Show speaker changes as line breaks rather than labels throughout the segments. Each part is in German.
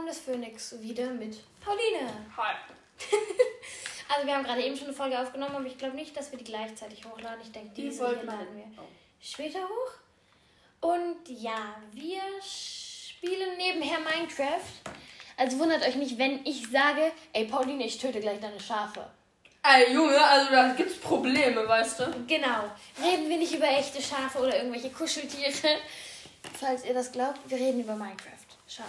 Comics wieder mit Pauline.
Hi.
Also wir haben gerade eben schon eine Folge aufgenommen, aber ich glaube nicht, dass wir die gleichzeitig hochladen. Ich denke,
Die Oh.
diese
Folge
hier laden
machen-
wir später hoch. Und ja, wir spielen nebenher Minecraft. Also wundert euch nicht, wenn ich sage, ey Pauline, ich töte gleich deine Schafe.
Ey, Junge, also da gibt's Probleme, weißt du?
Genau. Reden wir nicht über echte Schafe oder irgendwelche Kuscheltiere. Falls ihr das glaubt, wir reden über Minecraft. Schade.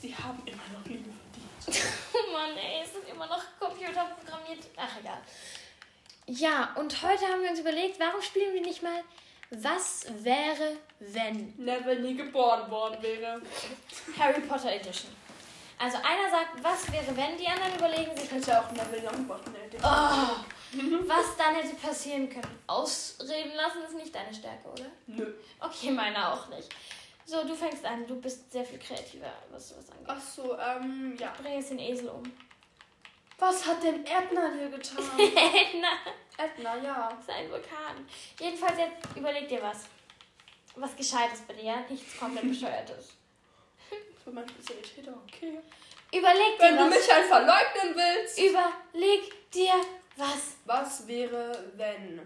Sie haben immer noch Liebe verdient.
Oh Mann, ey, es sind immer noch Computer programmiert. Ach, egal. Ja, und heute haben wir uns überlegt, warum spielen wir nicht mal Was wäre, wenn?
Never nie geboren worden wäre.
Harry Potter Edition. Also einer sagt, was wäre, wenn? Die anderen überlegen sich,
Kannst ja auch Neville Longbottom nennen.
oh, was dann hätte passieren können. Ausreden lassen ist nicht deine Stärke, oder?
Nö.
Okay, meine auch nicht. So, du fängst an. Du bist sehr viel kreativer, was sowas angeht.
Ach so, ähm, ja.
Bring jetzt den Esel um.
Was hat denn Edna dir getan?
Nein.
Edna, ja.
Das ist ein Vulkan. Jedenfalls, jetzt überleg dir was. Was Gescheites bitte, ja? Nichts komplett Bescheuertes.
Für meine Spezialität, okay.
Überleg dir
Wenn
was.
du mich halt verleugnen willst.
Überleg dir was.
Was wäre, wenn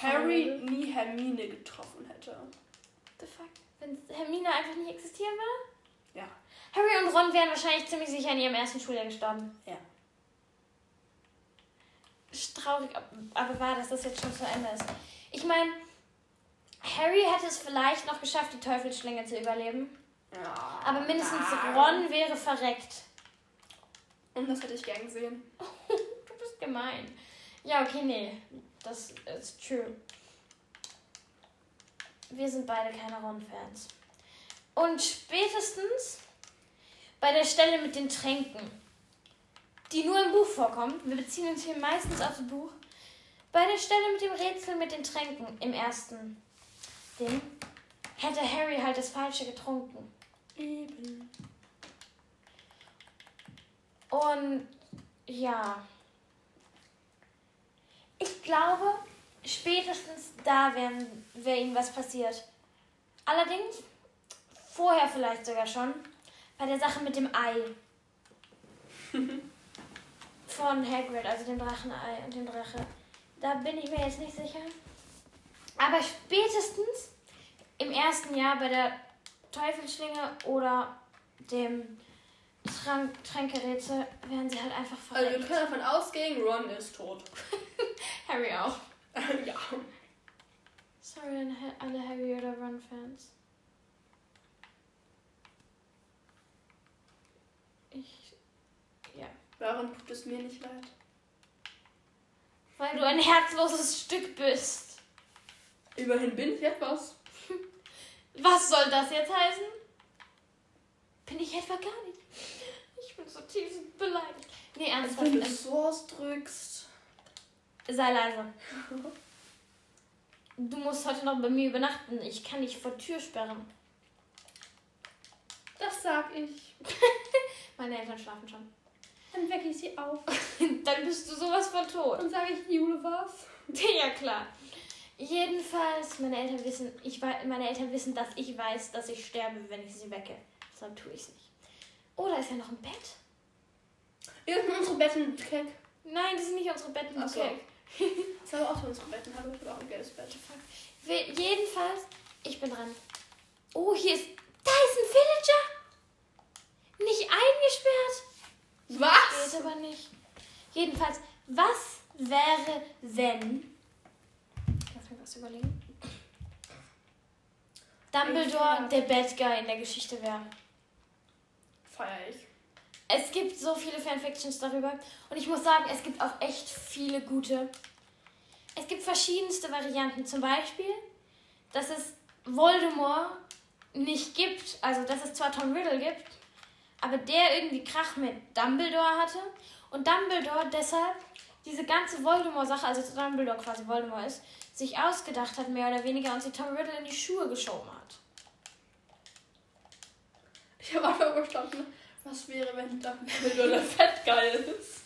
Harry nie Hermine getroffen hätte?
The fuck? Wenn Hermine einfach nicht existieren würde?
Ja.
Harry und Ron wären wahrscheinlich ziemlich sicher in ihrem ersten Schuljahr gestorben.
Ja.
Ist Traurig, ab- aber wahr, dass das jetzt schon zu Ende ist. Ich meine, Harry hätte es vielleicht noch geschafft, die Teufelsschlinge zu überleben.
Ah.
Aber mindestens Ron wäre verreckt.
Und das hätte ich gern gesehen.
Du bist gemein. Ja, okay, nee. Das ist true. Wir sind beide keine Ron-Fans. Und spätestens bei der Stelle mit den Tränken, die nur im Buch vorkommt, wir beziehen uns hier meistens aufs Buch, bei der Stelle mit dem Rätsel mit den Tränken im ersten Ding, hätte Harry halt das Falsche getrunken.
Eben.
Und ja. Ich glaube, spätestens da wäre wär ihm was passiert. Allerdings, vorher vielleicht sogar schon, bei der Sache mit dem Ei. Von Hagrid, also dem Drachenei und dem Drache. Da bin ich mir jetzt nicht sicher. Aber spätestens im ersten Jahr bei der Teufelsschlinge oder dem Trank Tränkerätsel werden sie halt einfach
Also wir
verrückt.
können davon ausgehen, Ron ist tot.
Harry auch.
ja.
Sorry an Ha- alle Harry oder Ron-Fans. Ich. Ja.
Warum tut es mir nicht leid?
Weil du ein herzloses Stück bist.
Immerhin bin ich etwas.
Was soll das jetzt heißen? Bin ich etwa gar nicht. Ich bin so tief beleidigt. Nee, ernsthaft.
Wenn du so ausdrückst.
Sei leise. Du musst heute noch bei mir übernachten. Ich kann dich vor Tür sperren.
Das sag ich.
Meine Eltern schlafen schon.
Dann wecke ich sie auf
Dann bist du sowas von tot.
und sage ich, Jule was.
Ja, klar. Jedenfalls, meine Eltern wissen, ich wei- meine Eltern wissen, dass ich weiß, dass ich sterbe, wenn ich sie wecke. Deshalb tue ich es nicht. Oh, da ist ja noch ein Bett.
Wir sind unsere Betten keck.
Nein, das sind nicht unsere Betten.
Ach so.
Okay.
Das haben wir auch für unsere Betten. Hallo, ich habe auch ein gelbes Bett.
Wir- Jedenfalls, ich bin dran. Oh, hier ist. Da ist ein Villager! Nicht eingesperrt!
Was?
Geht aber nicht. Jedenfalls, was wäre, wenn. Ich muss mir was überlegen. Dumbledore der Bad Guy in der Geschichte wäre.
Feier ich.
Es gibt so viele Fanfictions darüber. Und ich muss sagen, es gibt auch echt viele gute. Es gibt verschiedenste Varianten. Zum Beispiel, dass es Voldemort nicht gibt. Also, dass es zwar Tom Riddle gibt, aber der irgendwie Krach mit Dumbledore hatte. Und Dumbledore deshalb diese ganze Voldemort-Sache, also dass Dumbledore quasi Voldemort ist, sich ausgedacht hat, mehr oder weniger, und sie Tom Riddle in die Schuhe geschoben hat.
Ich habe einfach verstanden, was wäre, wenn Dumbledore der Fat Guy ist.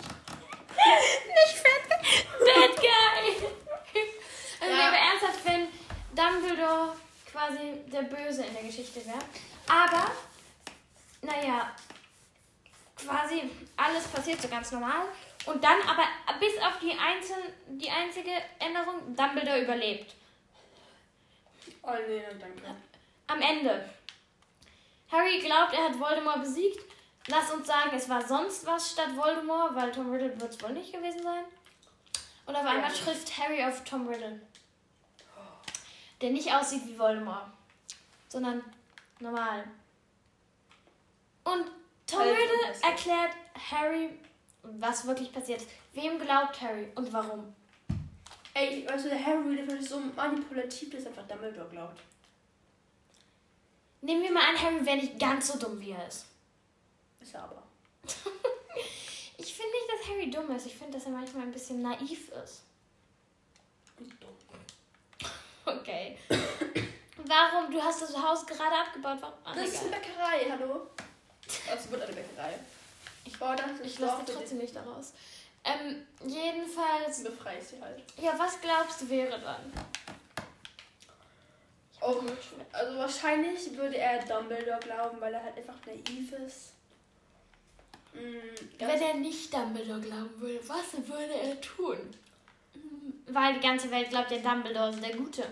Nicht fett. Bad Guy. Also
Ja.
wäre ernsthaft, wenn Dumbledore quasi der Böse in der Geschichte wäre. Aber naja, quasi alles passiert so ganz normal. Und dann aber bis auf die, einzeln, die einzige Änderung, Dumbledore überlebt.
Oh nee, danke.
Am Ende. Harry glaubt, er hat Voldemort besiegt. Lass uns sagen, es war sonst was statt Voldemort, weil Tom Riddle wird es wohl nicht gewesen sein. Und auf einmal trifft Harry auf Tom Riddle. Der nicht aussieht wie Voldemort, sondern normal. Und Tom
Also,
Riddle
was-
erklärt Harry, was wirklich passiert ist. Wem glaubt Harry und warum?
Ey, also der Harry, der ist so manipulativ, dass er einfach Dumbledore glaubt.
Nehmen wir mal an, Harry wäre nicht ganz so dumm, wie er ist.
Ist er aber.
Ich finde nicht, dass Harry dumm ist. Ich finde, dass er manchmal ein bisschen naiv ist.
Und dumm.
Okay. Warum? Du hast das Haus gerade abgebaut. Warum? Ah,
Das ist eine
egal.
Bäckerei, hallo? Das wird eine Bäckerei. Ich baue das,
ich
brauche
lasse trotzdem nicht daraus. Ähm, jedenfalls.
Befreie sie halt.
Ja, was glaubst du wäre dann?
Oh, also wahrscheinlich würde er Dumbledore glauben, weil er halt einfach naiv ist. Mhm,
Wenn er nicht Dumbledore glauben würde, was würde er tun? Weil die ganze Welt glaubt, der Dumbledore ist der Gute.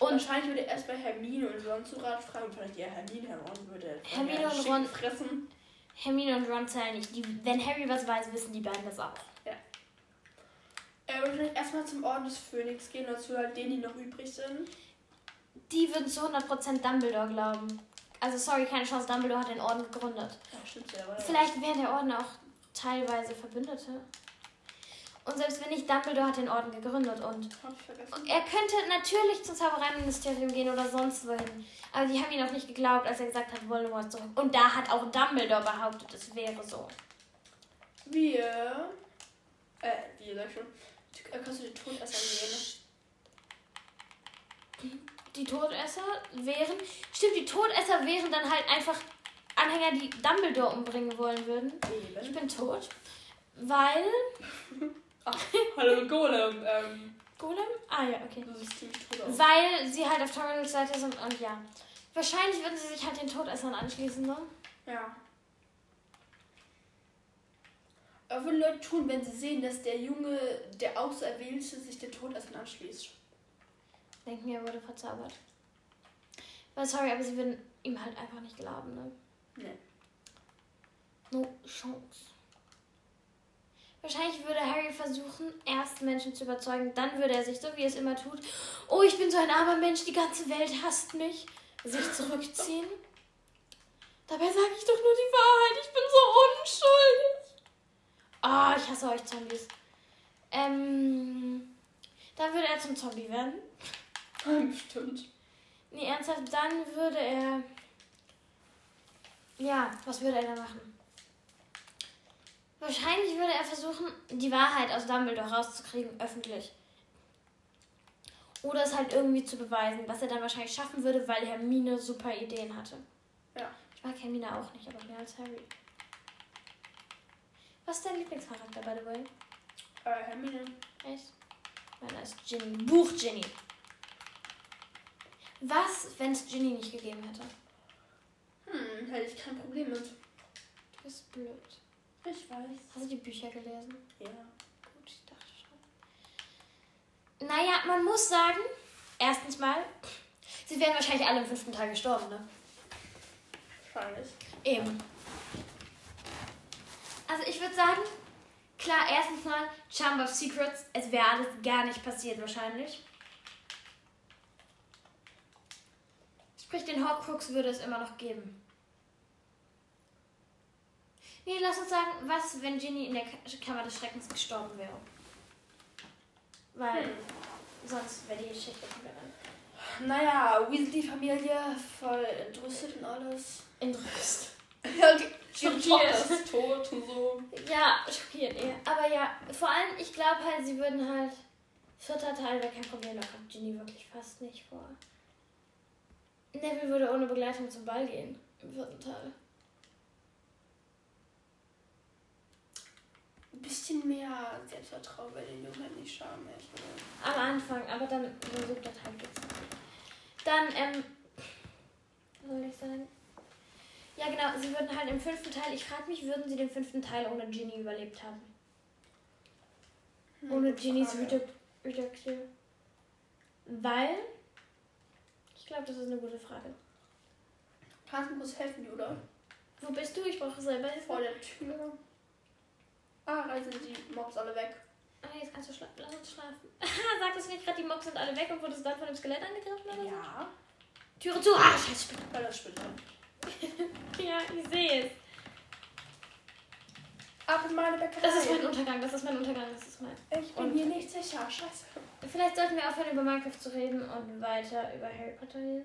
und
Und
wahrscheinlich würde er erst bei Hermine und Ron zu Rat fragen, und vielleicht eher Hermine, Herr Ron würde
Hermine
ja,
und
schick
Ron-
fressen.
Hermine und Ron zählen nicht. Die, wenn Harry was weiß, wissen die beiden das auch.
Er würde vielleicht erstmal zum Orden des Phönix gehen, dazu halt denen, die noch übrig sind.
Die würden zu 100% Dumbledore glauben. Also sorry, keine Chance, Dumbledore hat den Orden gegründet.
Ja, stimmt ja, oder?
Vielleicht wären der Orden auch teilweise Verbündete. Und selbst wenn nicht, Dumbledore hat den Orden gegründet und
Hab ich vergessen.
er könnte natürlich zum Zaubereiministerium gehen oder sonst wohin. Aber die haben ihn auch nicht geglaubt, als er gesagt hat, Voldemort ist zurück. Und da hat auch Dumbledore behauptet, es wäre so.
Wir. Äh, wir, sag ich schon. Du- äh, Kannst du den Tod erst ne? angehen?
Die Todesser wären. Stimmt, die Todesser wären dann halt einfach Anhänger, die Dumbledore umbringen wollen würden. Ich
Eben.
bin tot. Weil.
Hallo Golem. Ähm,
Golem? Ah ja, okay.
du siehst ziemlich tot aus.
Weil sie halt auf Torrents Seite sind und ja. Wahrscheinlich würden sie sich halt den Todessern anschließen, ne?
Ja. Was würden Leute tun, wenn sie sehen, dass der Junge, der Auserwählte, sich den Tod erst anschließt?
Denken, er wurde verzaubert. Weil, sorry, aber sie würden ihm halt einfach nicht glauben, ne?
Nee.
No chance. Wahrscheinlich würde Harry versuchen, erst Menschen zu überzeugen. Dann würde er sich, so wie er es immer tut, oh, ich bin so ein armer Mensch, die ganze Welt hasst mich, sich zurückziehen. Dabei sage ich doch nur die Wahrheit, ich bin so unschuldig. Ah, ich hasse euch Zombies. Ähm, dann würde er zum Zombie werden.
Bestimmt.
Nee, ernsthaft, dann würde er. Ja, was würde er da machen? Wahrscheinlich würde er versuchen, die Wahrheit aus Dumbledore rauszukriegen, öffentlich. Oder es halt irgendwie zu beweisen, was er dann wahrscheinlich schaffen würde, weil Hermine super Ideen hatte.
Ja.
Ich mag Hermine auch nicht, aber mehr als Harry. Was ist dein Lieblingscharakter, by the way?
Äh, Hermine.
Echt? Meiner ist Ginny. Buch Ginny. Was, wenn es Ginny nicht gegeben hätte?
Hm, hätte ich kein Problem mit.
Du bist blöd.
Ich weiß.
Hast du die Bücher gelesen?
Ja.
Gut, ich dachte schon. Naja, man muss sagen, erstens mal, sie wären wahrscheinlich alle am fünften Tag gestorben, ne?
Wahrscheinlich.
Eben. Also ich würde sagen, klar, erstens mal, Chamber of Secrets, es wäre alles gar nicht passiert wahrscheinlich. Sprich, den Horcrux würde es immer noch geben. Nee, lass uns sagen, was, wenn Ginny in der Ka- Kammer des Schreckens gestorben wäre? Weil
Hm.
sonst wäre die Geschichte komplett
Naja, Weasley-Familie, voll entrüstet und alles.
interessant.
Ja, die
Schockiert.
Schock ist tot und so.
Ja, schockiert eher. Aber ja, vor allem, ich glaube halt, sie würden halt. Vierter Teil wäre kein Problem, da kommt Ginny wirklich fast nicht vor. Neville würde ohne Begleitung zum Ball gehen. Im vierten Teil.
Ein bisschen mehr Selbstvertrauen bei den Jungen, nicht Scham, ehrlich gesagt.
Am Anfang, aber dann so siebter Teil geht's. Dann, ähm. Was soll ich sagen? Ja, genau. Sie würden halt im fünften Teil, ich frage mich, würden sie den fünften Teil ohne Ginny überlebt haben? ohne
gute
Ginnys
Hm. Frage.
Reduk- Reduktion. Weil? Ich glaube, das ist eine gute Frage.
Kannst du mir kurz helfen, oder?
Wo bist du? Ich brauche selber Hilfe.
Vor der Tür. Ah, da sind die Mobs alle weg.
Ah, jetzt kannst du schlafen. Lass uns schlafen. Sagtest du nicht gerade, die Mobs sind alle weg und wurdest dann von dem Skelett angegriffen? Oder? so?
Ja.
Türe zu! Ah, scheiß Spiel.
Weil das Spiel dran.
Ja, ich sehe es.
Ach, das ist meine Bäckerei.
Das ist mein Untergang, das ist mein Untergang, das ist mein...
Ich bin
Und-
hier nicht sicher. Scheiße.
Vielleicht sollten wir aufhören, über Minecraft zu reden und weiter über Harry Potter reden.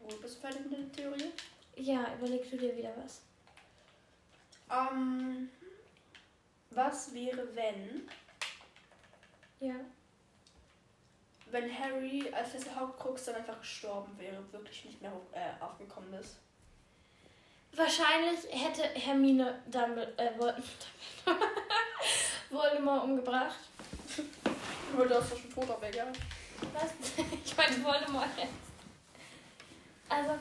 Oh, bist du fertig mit der Theorie?
Ja, überlegst du dir wieder was.
Ähm. Was wäre, wenn.
Ja.
Wenn Harry als letzter Hauptkrux dann einfach gestorben wäre, wirklich nicht mehr hoch, äh, aufgekommen ist?
Wahrscheinlich hätte Hermine Dumbledore... Äh, Vol- Voldemort umgebracht.
Nur das doch schon tot, aber egal.
Was? Ich meine Voldemort jetzt. Also,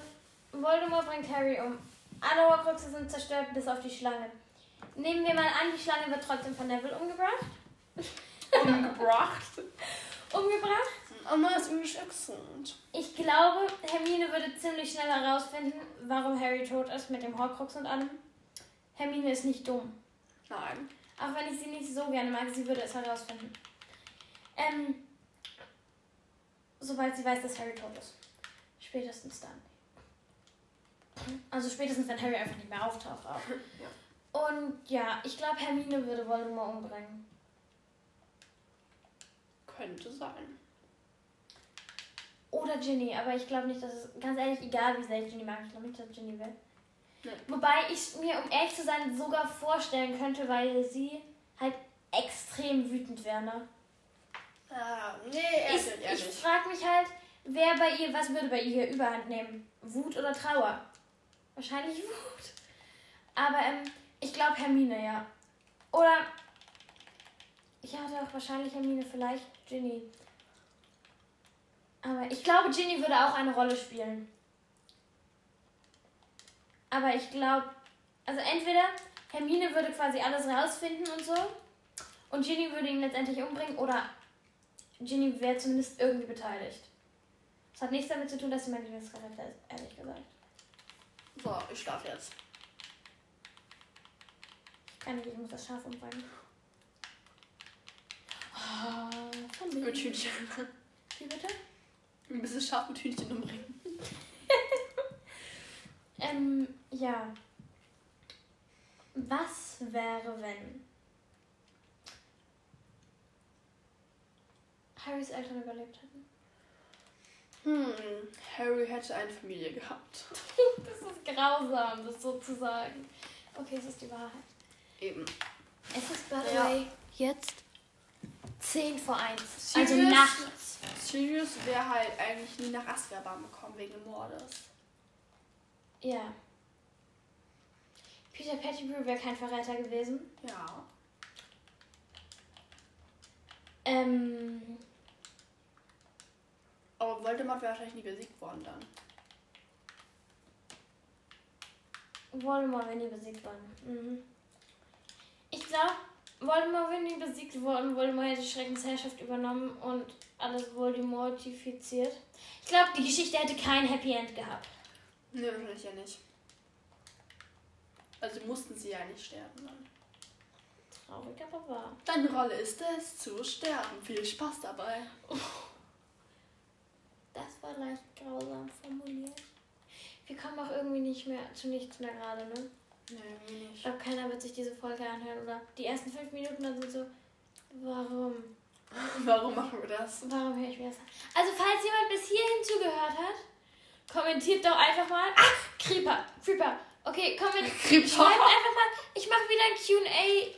Voldemort bringt Harry um. Alle Horcruxe sind zerstört, bis auf die Schlange. Nehmen wir mal an, die Schlange wird trotzdem von Neville umgebracht.
Umgebracht.
Umgebracht?
Anna Hm, ist übelst ätzend.
Ich glaube, Hermine würde ziemlich schnell herausfinden, warum Harry tot ist mit dem Horcrux und allem. Hermine ist nicht dumm.
Nein.
Auch wenn ich sie nicht so gerne mag, sie würde es herausfinden. Ähm, sobald sie weiß, dass Harry tot ist. Spätestens dann. Also spätestens, wenn Harry einfach nicht mehr auftaucht. Auch.
Ja.
Und ja, ich glaube, Hermine würde Voldemort umbringen.
Könnte sein.
Oder Ginny, aber ich glaube nicht, dass es, ganz ehrlich, egal wie sehr ich Ginny mag, ich glaube nicht, dass Ginny will.
Nee.
Wobei ich mir, um ehrlich zu sein, sogar vorstellen könnte, weil sie halt extrem wütend wäre, ne?
Ah, nee,
Ich, ich frage mich halt, wer bei ihr, was würde bei ihr überhand nehmen? Wut oder Trauer? Wahrscheinlich Wut. Aber ähm, ich glaube Hermine, ja. Oder ich hatte auch wahrscheinlich Hermine, vielleicht Ginny. Aber ich glaube, Ginny würde auch eine Rolle spielen. Aber ich glaube, also entweder Hermine würde quasi alles rausfinden und so. Und Ginny würde ihn letztendlich umbringen oder Ginny wäre zumindest irgendwie beteiligt. Das hat nichts damit zu tun, dass sie mein Lieblingscharakter ist, ehrlich gesagt.
So, ich schlafe jetzt.
Ich kann nicht, ich muss das Schaf umbringen. Oh, von mir.
Mit Hühnchen.
Wie bitte?
Ein bisschen scharf mit Hühnchen umbringen.
Ähm, ja. Was wäre, wenn Harrys Eltern überlebt hätten?
Hm, Harry hätte eine Familie gehabt.
Das ist grausam, das so zu sagen. Okay, es ist die Wahrheit.
Eben.
Es ist, by the
Ja.
way, jetzt 10 vor 1.
Serious?
Also nachts.
Sirius wäre halt eigentlich nie nach Azkaban gekommen wegen des Mordes.
Ja. Peter Pettigrew wäre kein Verräter gewesen.
Ja.
Ähm,
Aber Voldemort wäre wahrscheinlich nie besiegt worden dann.
Voldemort wäre nie besiegt worden. Mhm. Ich glaube, Voldemort wäre nie besiegt worden. Voldemort hätte Schreckensherrschaft übernommen und alles Voldemortifiziert. Ich glaube, die Geschichte hätte kein Happy End gehabt.
Nee, wahrscheinlich ja nicht. Also mussten sie ja nicht sterben dann.
Traurig, aber wahr.
Deine Rolle ist es, zu sterben. Viel Spaß dabei.
Das war leicht grausam formuliert. Wir kommen auch irgendwie nicht mehr zu nichts mehr gerade, ne?
Nee, wie
Ich
nicht.
glaube, keiner wird sich diese Folge anhören oder die ersten fünf Minuten dann sind so, warum?
Warum machen wir das?
Warum höre ich mir das an? Also, falls jemand bis hierhin zugehört hat, kommentiert doch einfach mal. Ah, Creeper, Creeper. Okay, kommentiert.
Creeper.
Schreibt einfach mal, ich mache wieder ein QA.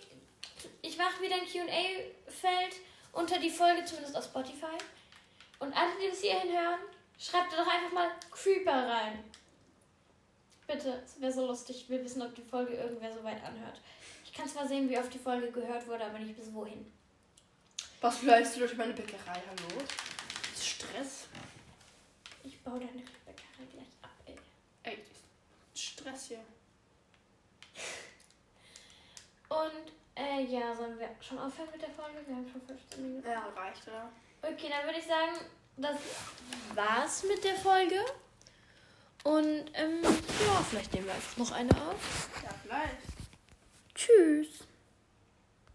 Ich mache wieder ein QA-Feld unter die Folge, zumindest auf Spotify. Und alle, die bis hierhin hören, schreibt doch einfach mal Creeper rein. Bitte, es wäre so lustig. Ich will wissen, ob die Folge irgendwer so weit anhört. Ich kann zwar sehen, wie oft die Folge gehört wurde, aber nicht bis wohin.
Was bleibst du durch meine Bäckerei? Hallo? Stress?
Ich baue deine Bäckerei gleich ab, ey.
Ey, Stress. Aktie.
Und äh, ja, sollen wir schon aufhören mit der Folge? Wir haben schon 15 Minuten.
Ja, reicht, oder?
Okay, dann würde ich sagen, das war's mit der Folge. Und ähm, ja, vielleicht nehmen wir einfach noch eine auf.
Ja, vielleicht.
Tschüss.